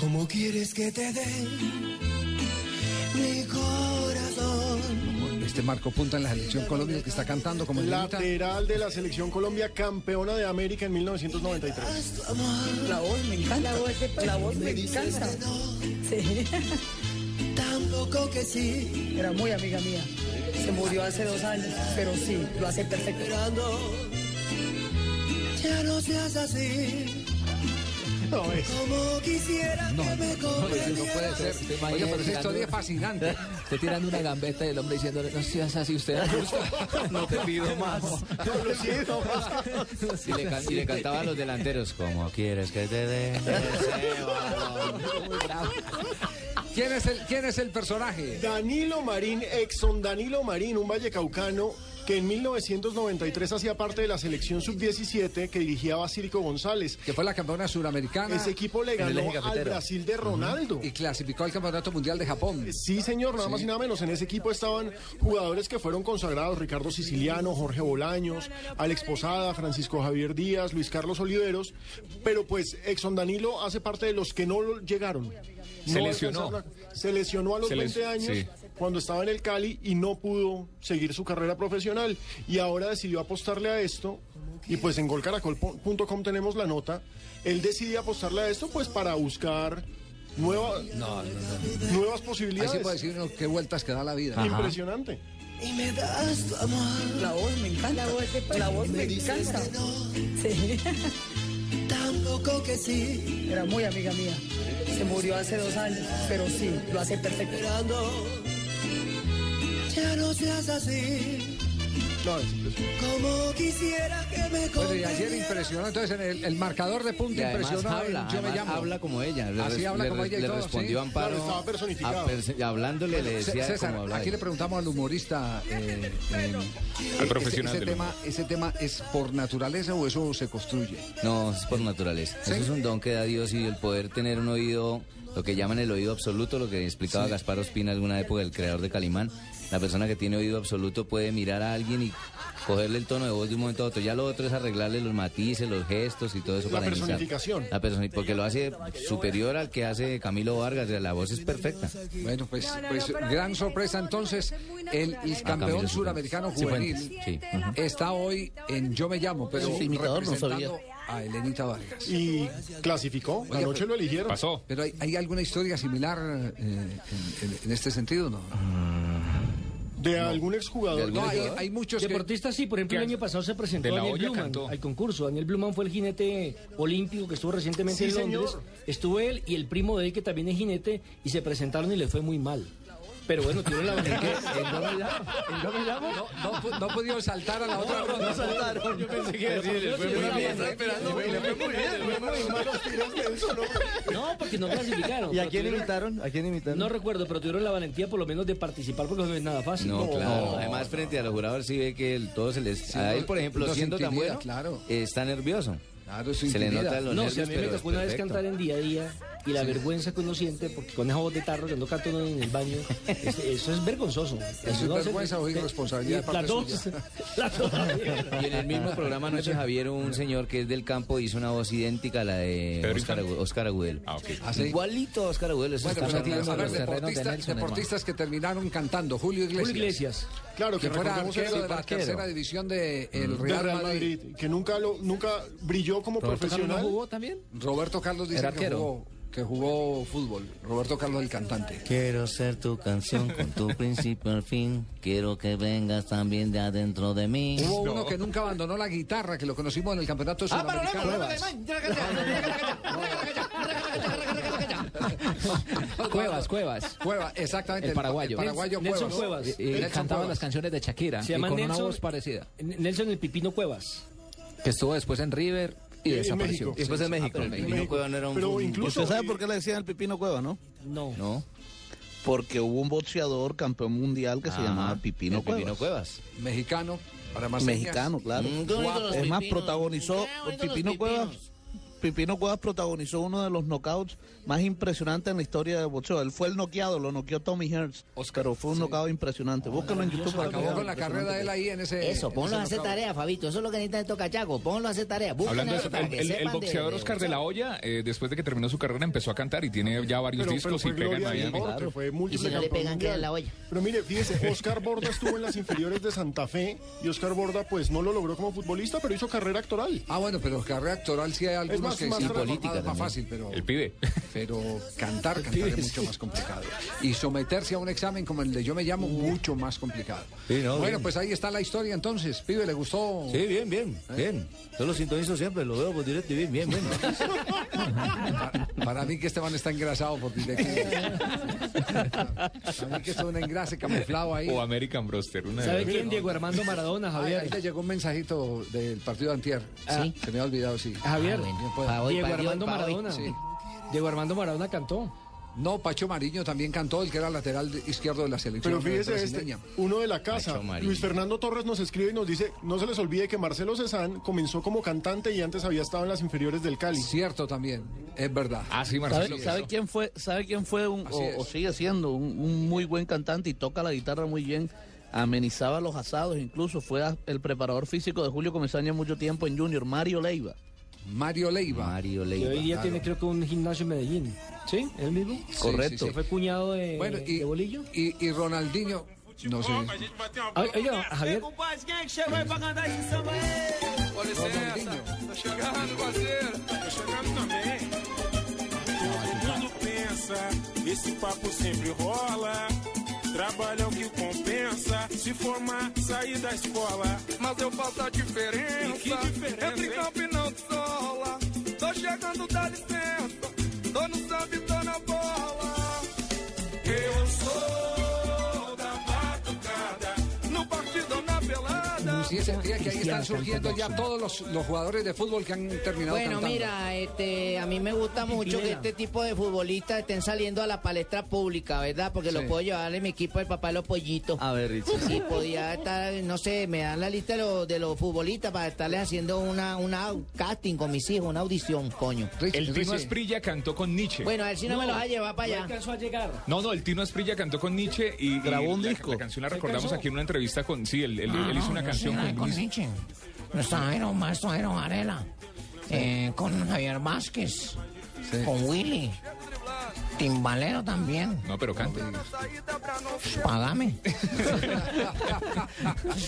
¿Cómo quieres que te dé mi corazón? Este Marco Punta en la selección Colombia el que está cantando como el Limita. Lateral de la selección Colombia, campeona de América en 1993. La voz me encanta. La voz, de, la voz me encanta. Sí, Tampoco que sí, era muy amiga mía. Se murió hace dos años, pero sí, lo hace perfecto. pero no, ya no seas así. No, es. Como quisiera que me No comprendieras. puede ser. Oye, pero esa Usted historia es fascinante. Te tiran una gambeta y el hombre diciéndole, no seas así, usted era justo. No te pido más. Lo siento. Y le, can- y le cantaba a los delanteros, como quieres que te dé. ese balón?" ¿Quién es el, quién es el personaje? Danilo Marín, Exxon Danilo Marín, un vallecaucano que en 1993 hacía parte de la selección sub-17 que dirigía Basílico González. Que fue la campeona suramericana Ese equipo le Ah. el ganó eje al cafetero. Brasil de Ronaldo. y clasificó al Campeonato Mundial de Japón. Sí, señor, nada más y nada menos. En ese equipo estaban jugadores que fueron consagrados, Ricardo Siciliano, Jorge Bolaños, Alex Posada, Francisco Javier Díaz, Luis Carlos Oliveros, pero pues Exxon Danilo hace parte de los que no lo- llegaron. Se lesionó. se lesionó a los Se les- 20 años sí. cuando estaba en el Cali y no pudo seguir su carrera profesional y ahora decidió apostarle a esto y pues en golcaracol.com tenemos la nota. Él decidió apostarle a esto pues para buscar nueva- nuevas Ahí posibilidades. se puede decir uno qué vueltas que da la vida. Impresionante. Y me das tu amor, La voz me encanta. La voz, me encanta. Sí, tampoco que sí, era muy amiga mía. Se murió hace dos años, pero sí, lo hace perfecto. pero no, ya no seas así. No, es impresionante. Como quisiera que me Bueno, y ayer comprendieras. impresionó. Entonces, en el, el marcador de Y punta además impresionó. habla, Yo me además llamo. habla como ella. Le Así res- habla le como res- ella y le todo, respondió sí. Amparo. Claro, estaba personificado. a perse- hablándole le decía César, cómo hablaba. aquí le preguntamos al humorista. eh, eh, ese- profesional Ese, del tema, ¿Ese tema es por naturaleza o eso se construye? No, es por naturaleza. Eso es un don que da Dios y el poder tener un oído, lo que llaman el oído absoluto, lo que explicaba Gaspar Ospina alguna época, el creador de Calimán. La persona que tiene oído absoluto puede mirar a alguien y cogerle el tono de voz de un momento a otro. Ya lo otro es arreglarle los matices, los gestos y todo eso La para imitar. personificación. La personi- porque lo hace superior al que hace Camilo Vargas. La voz es perfecta. Bueno, pues, pues gran sorpresa. Entonces, el, el campeón Camilo suramericano Cifuentes. juvenil Sí. ujú. está hoy en Yo me llamo, pero representando a Elenita Vargas. Y clasificó. Anoche lo eligieron. Pasó. Pero hay, hay alguna historia similar eh, en, en- en este sentido, ¿no? De algún exjugador. De algún No, hay, jugador? hay muchos que- Deportistas sí, por ejemplo, el año pasado se presentó De la Daniel olla Bluman cantó. al concurso. Daniel Bluman fue el jinete olímpico que estuvo recientemente Sí, en Londres. señor. Estuvo él y el primo de él que también es jinete y se presentaron y le fue muy mal. Pero bueno, tuvieron la bandeja. no, no pu- no pudieron saltar a la otra ronda. Yo pensé que decirle, fue muy bien, estaba esperando. No, porque no clasificaron. ¿Y a pero quién tuvieron- imitaron? ¿A quién imitaron? No recuerdo, pero tuvieron la valentía por lo menos de participar porque no es nada fácil. No, claro. Además, frente a los juradores sí ve que el- todo se les... a él, no- por ejemplo, no se siendo tan intimida, bueno, claro. eh, está nervioso. Claro, eso Se le intimida. notan los No, nervios, si a mí me pero es tocó una vez perfecto. cantar en día a día y la vergüenza que uno siente, porque con esa voz de tarro que no canto uno en el baño, es- eso es vergonzoso. es No sé, vergüenza o irresponsabilidad de parte Las dos, las dos. Y en el mismo programa anoche, Javier, un señor que es del campo hizo una voz idéntica a la de Pedro Oscar, Infante. Agu- Oscar Agudelo. Ah, ok. ¿Ah, sí? Igualito a Oscar Agudelo. eso Bueno, está pero hablando pues, a de ver, los terrenos de deportistas, Nelson, deportistas que terminaron cantando. Julio Iglesias. Julio Iglesias. Claro, que Que fuera recordemos arquero eso, de la arquero. tercera división del el Del Real, Real Madrid. Madrid, que nunca lo, nunca brilló como profesional. también? Roberto Carlos dice Era que arquero. jugó, que jugó fútbol. Roberto Carlos, el cantante. Quiero ser tu canción con tu principio al fin. Quiero que vengas también de adentro de mí. Hubo uno que nunca abandonó la guitarra, que lo conocimos en el campeonato suramericano. Cuevas, Cuevas. Cueva, exactamente. El paraguayo. El paraguayo Nelson Cuevas. Cuevas. Eh, eh, Nelson cantaba Cuevas. las canciones de Shakira Se y llama con Nelson- una voz parecida. Nelson el Pipino Cuevas. Que estuvo después en River y En desapareció. México. Sí, Después sí, de sí. Ah, México. pero El en Pipino México. Cueva no era un. Pero un- incluso. ¿Usted sabe por qué le decían el Pipino Cueva, no? No. No. Porque hubo un boxeador campeón mundial que se Ajá, llamaba el Pipino Pipino Cueva. Cuevas. Mexicano, para más Mexicano, claro. Mm, qué bonitos los Es más, pipinos. protagonizó Qué bonitos los Pipino Cuevas. Pipino Cuevas protagonizó uno de los knockouts más impresionantes en la historia del boxeo. Él fue el noqueado, lo noqueó Tommy Hearns. Pero fue un knockout impresionante. Búscalo en YouTube para que Acabó vean con lo la carrera de él ahí en ese. Eso, en ponlo ese a hacer knockout. tarea, Fabito. Eso es lo que necesitan estos cachacos. Ponlo a hacer tarea. Busquen Hablando de algo eso, para el, que el- el sepan de- boxeador de Oscar de la Hoya, eh, después de que terminó su carrera, empezó a cantar y tiene ya varios Pero, pero discos fue y pega en gloria del Miami. deporte, Claro. fue múltiple Y si no le campeón pegan, queda en la mundial. olla. Pero mire, fíjese, Oscar Borda estuvo en las inferiores de Santa Fe y Oscar Borda pues no lo logró como futbolista, pero hizo carrera actoral. Ah, bueno, pero carrera actoral sí hay algunos más- que más sí han política formado más también. fácil, pero. El pibe. Pero cantar, cantar es mucho más complicado. Y someterse a un examen como el de Yo Me Llamo, mucho más complicado. Sí, no, bueno, bien. pues ahí está la historia entonces. Pibe, ¿le gustó? Sí, bien, bien, bien. Yo lo sintonizo siempre, lo veo por directo y bien, bien, bien. Para, para mí que Esteban está engrasado por DirecTV. Para mí que es un engrase camuflado ahí. O American Broster. Una de ¿Sabe las- quién? Diego Armando Maradona, Ay, ahí Javier. le llegó un mensajito del partido de antier. Sí. Se me ha olvidado, sí. Javier, Ah, bueno. Bien, pues. Pa' hoy, Diego pa' hoy, Armando pa' hoy. Maradona. Sí. Diego Armando Maradona cantó. No, Pacho Mariño también cantó, el que era lateral de- izquierdo de la selección Pero fíjese este, brasileña. uno de la casa, Nacho Marín. Luis Fernando Torres nos escribe y nos dice, no se les olvide que Marcelo Cezán comenzó como cantante y antes había estado en las inferiores del Cali. Cierto también, es verdad. Ah, sí, Marcelo. ¿Sabe, sabe quién fue, sabe quién fue un- Así o, o es. sigue siendo un, un muy buen cantante y toca la guitarra muy bien? Amenizaba los asados, incluso fue a- el preparador físico de Julio Comesaña mucho tiempo en Junior, Mario Leiva. Mario Leiva. Mario Y hoy Leiva. día tiene creo que un gimnasio en Medellín. ¿Sí? ¿El mismo? Sí, Correcto. sí, sí. Fue cuñado de, Bueno, y, de Bolillo. y, y Ronaldinho, no sé. Ay, Oiga, Javier, Ronaldinho. é Sí, se fija que ahí están surgiendo ya todos los, los jugadores de fútbol que han terminado Bueno, cantando. mira, este, a mí me gusta mucho que Pimpinela. este tipo de futbolistas estén saliendo a la palestra pública, ¿verdad? Porque lo Sí. puedo llevar en mi equipo el papá de los pollitos. A ver, Richie. Y podía estar, no sé, me dan la lista de los, de los futbolistas para estarles haciendo una, una au- casting con mis hijos, una audición, coño. Richie, El Tino Richie. Esprilla cantó con Nietzsche. Bueno, a ver si no, me los va a llevar para no allá. alcanzó a llegar. No, no, el Tino Esprilla cantó con Nietzsche y, y Grabó un la, disco. la canción la Se recordamos casó. aquí en una entrevista con... Sí, él, él- él hizo una canción Ah, con, Luis. No está Jairo, maestro Jairo Varela, con Javier Vázquez, Sí. con Willy, Timbalero también, No, pero canta. pagame.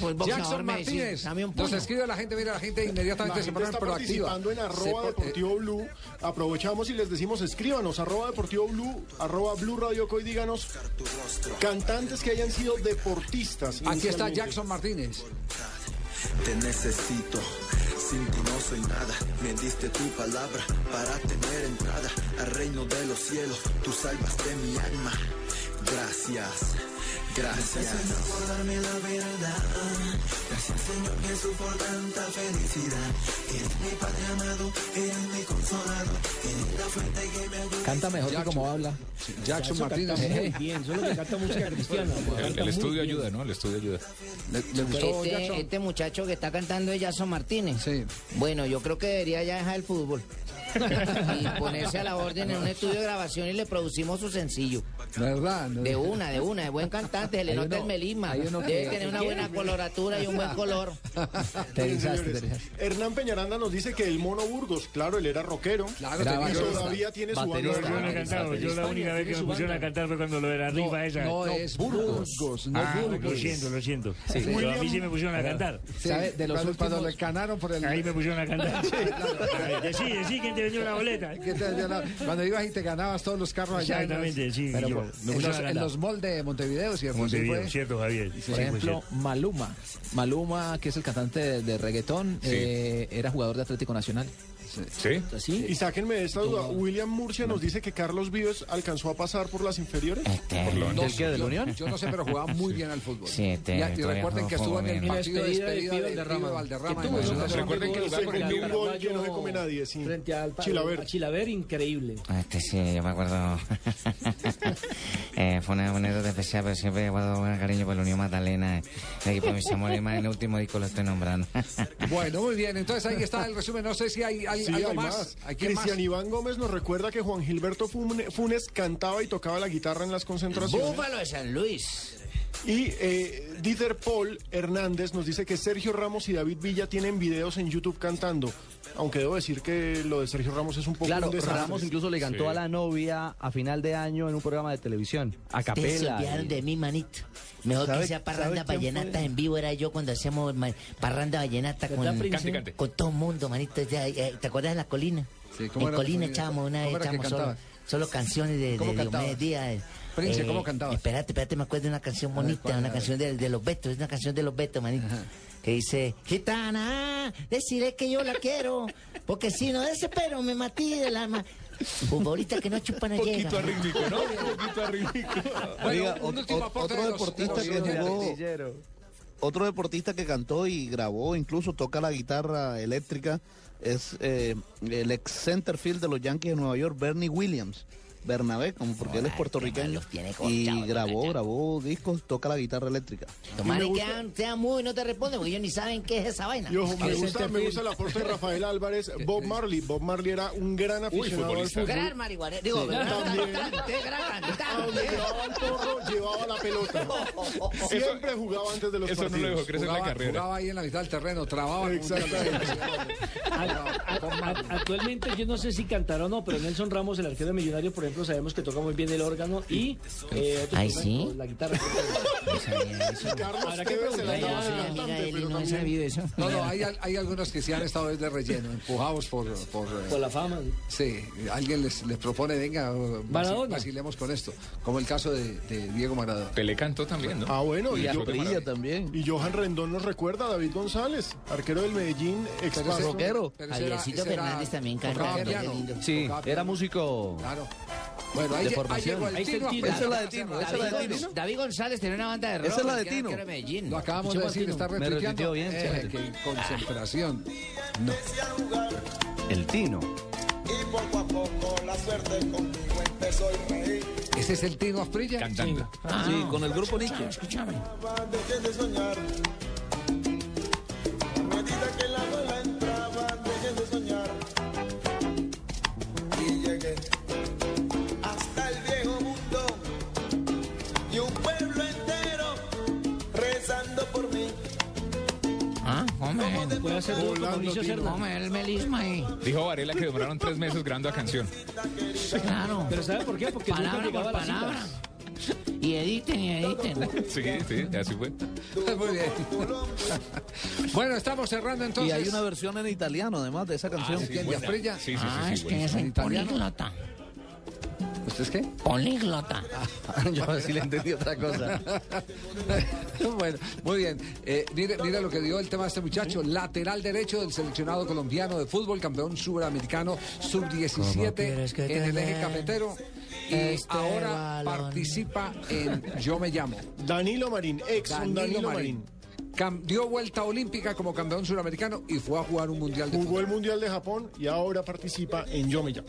Pues Jackson Martínez. Nos escribe la gente, mira, la gente inmediatamente La se gente pone está proactiva. participando en Se arroba pone- eh, deportivo blue. Aprovechamos y les decimos, escríbanos, arroba deportivo blue, arroba blue radio co y díganos cantantes que hayan sido deportistas. Aquí está inicialmente. Jackson Martínez. Te necesito, sin ti no soy nada. Me diste tu palabra para tener entrada al reino de los cielos. Tú salvaste mi alma. Gracias, gracias. Gracias por darme la verdad. Gracias Señor Jesús por tanta felicidad. Eres mi Padre amado, eres mi consolador. Eres la fuente que me ayuda. Canta mejor que como habla. Jackson Martínez. eh, Canta muy bien, solo que canta música cristiana. El, Canta el muy estudio bien. ayuda, ¿no? El estudio ayuda. ¿Le, le gustó Jackson? Este, este muchacho que está cantando es Jason Martínez. Sí. Bueno, yo creo que debería ya dejar el fútbol y ponerse a la orden en un estudio de grabación y le producimos su sencillo. ¿Verdad? No. De una, de una, es buen cantante, se le Hay nota uno- el melisma. hay uno que- Debe tener una buena coloratura y un buen color. Te Miren, erizaste, te señores, erizaste. Hernán Peñaranda nos dice que el Mono Burgos, claro, él era rockero. Claro, y tenía- todavía tiene su banda. Baterista. de rock. Yo no he cantado, yo la única vez que me pusieron a cantar fue cuando lo de Ah, No, no es Burgos. no Burgos. lo siento. Pero a mí sí me pusieron a cantar. Sí, ¿Sabe? De los cuando, cuando últimos- le ganaron por el... me pusieron a cantar. Sí, sí, que te vendió la boleta. ¿Qué te había dado? Cuando ibas y te ganabas todos los carros allá. en las- Exactamente, sí, Pero yo- por- me en, pusieron los, a en ganar. los malls de Montevideo, ¿cierto? Sí, fue. cierto, Javier. Por ejemplo, Maluma. Maluma, que es el cantante de, de reggaetón, eh, era jugador de Atlético Nacional. ¿Sí? ¿Ah, Y sáquenme de esta duda. William Murcia nos dice que Carlos Vives alcanzó a pasar por las inferiores. Por la- No, yo- Yo no sé, pero jugaba muy bien al fútbol. Sí, te- y, y todavía recuerden juega- que estuvo en juega el bien. partido de Y la despedida de despedida Pío del Pío Valderrama. Valderrama. Que tuvo en un Barcelona. Recuerden que jugaba por el Metió un Paraguayo gol que no se come nadie, sí. Frente al Chilaver. a Chilaver, increíble. Ah, Este sí, yo me acuerdo. Eh, fue una una anécdota especial, pero siempre guardo un gran cariño por la Unión Magdalena. El equipo de mis amores, y más en el último disco lo estoy nombrando. Bueno, muy bien. Entonces ahí está el resumen. No sé si hay, hay Sí, algo hay más. más. ¿Hay quién más? Cristian Iván Gómez nos recuerda que Juan Gilberto Fune- Funes cantaba y tocaba la guitarra en las concentraciones. Búfalo de San Luis. Y eh, Dieter Paul Hernández nos dice que Sergio Ramos y David Villa tienen videos en YouTube cantando. Aunque debo decir que lo de Sergio Ramos es un poco Claro, un desastre. Ramos incluso le cantó Sí. a la novia a final de año en un programa de televisión, a capela. Te olvidaron de mí, manito. Mejor que ¿Sabe- sea sabe parranda quién fue? vallenata en vivo era yo cuando hacíamos ma- parranda vallenata ¿Verdad, con, Prince? Cante, cante. con todo el mundo, manito. Ya, eh, ¿Te acuerdas de la colina? Sí, ¿cómo en era- colina cómo era- echábamos una cómo era que echábamos solo, cantabas? solo canciones de, ¿Cómo de Diomedes cantabas? Díaz. Prince, ¿cómo cantabas? eh, Espérate, espérate, me acuerdo de una canción bonita, una canción de, de los Betos, es una canción de los Betos, manito. Que dice, gitana, deciré que yo la quiero, porque si no desespero me matí del alma. Futbolista que no chupan no llega. Poquito arrítmico, ¿no? Un poquito arrítmico. Oiga, un ot- último ot- aporte otro de los- deportista de que los jugó, artilleros. otro deportista que cantó y grabó, incluso toca la guitarra eléctrica, es eh, el ex centerfield de los Yankees de Nueva York, Bernie Williams. Bernabé, como porque él es puertorriqueño y grabó, grabó discos, toca la guitarra eléctrica. Tomás que quedan, sean muy y no te responden porque ellos ni saben qué es esa vaina. Y ojo, me gusta, me gusta el aporte de Rafael Álvarez, Bob Marley. Bob Marley era un gran aficionado al futbolista. fútbol. Gran marihuana. Digo, Sí. gran También. cantante, gran A donde cantante. llevaba el porro, llevaba la pelota. Siempre jugaba antes de los eso no partidos. lo dejó crecer Jugaba- la carrera. Jugaba ahí en la mitad del terreno, trababa. A- Actualmente yo no sé si cantará o no, pero Nelson Ramos, el arquero de Millonarios, por ejemplo, sabemos que toca muy bien el órgano y eh, otro Ay, instrumento, ¿sí? la guitarra. Carlos Tevez se la preguntarle daba a sin la amiga cantante, Eli, pero no también- sabía eso. No, no, hay, al- hay algunos que sí han estado desde relleno, empujados por... Por, eh, Por la fama. Sí, alguien les, les propone, venga, vacil- Maradona. vacilemos con esto. Como el caso de, de Diego Maradona. Pelé cantó también, ¿no? Ah, bueno, y, y, yo- Maradona. también. y Johan Rendón nos recuerda a David González, arquero del Medellín, ex Pero ese- rockero. pero ese era- ese era- tocaba piano. Sí, era músico. Claro. Bueno, ahí, de lle- ahí formación. llegó el Ahí está el Tino. Tino. a- Esa es la de Tino, David esa es la de González. Tino. David González tenía una banda de rock. Esa es la de que era Tino. arquero de Medellín. Lo acabamos de Escuchemos decir, a está Tino. retuiteando. Eh, qué concentración. No. El Tino. Y poco a poco la suerte conmigo empezó a reír. ¿Ese es el Tino Asprilla? Cantando. Sí, con el grupo Nietzsche. Dejé de soñar. A medida que la ola entraba, dejé de soñar. Y llegué hasta el viejo mundo. Y un pueblo entero rezando por mí. Ah, hombre. Puede hacer dúo con Volando, Mauricio Tino. Serna. Hombre, el melisma eh. ahí. Dijo Varela que demoraron tres meses grabando la canción. Claro. Pero ¿sabe por qué? Porque nunca palabra llegaba por a las palabra. citas. Y editen y editen. Sí, sí, así fue. Muy bien. bueno, estamos cerrando entonces. Ah, Y hay una versión en italiano además de esa canción. sí, ¿Entiende, buena. Asprilla? Sí, sí, sí, Ah, sí, es bueno. que es ¿En un italiano? políglota. ¿Usted es qué? Políglota. Yo sí le entendí otra cosa. bueno, muy bien. Eh, mira, mira lo que dio el tema a este muchacho. Lateral derecho del seleccionado colombiano de fútbol, campeón sudamericano ¿Cómo quieres sub-17 que te en el dé eje cafetero. Y este ahora balón? participa en Yo me llamo. Danilo Marín, ex un Danilo Marín. Cam- dio vuelta olímpica como campeón suramericano y fue a jugar un mundial de Jugó el Mundial de Japón y ahora participa en Yo Me Llamo.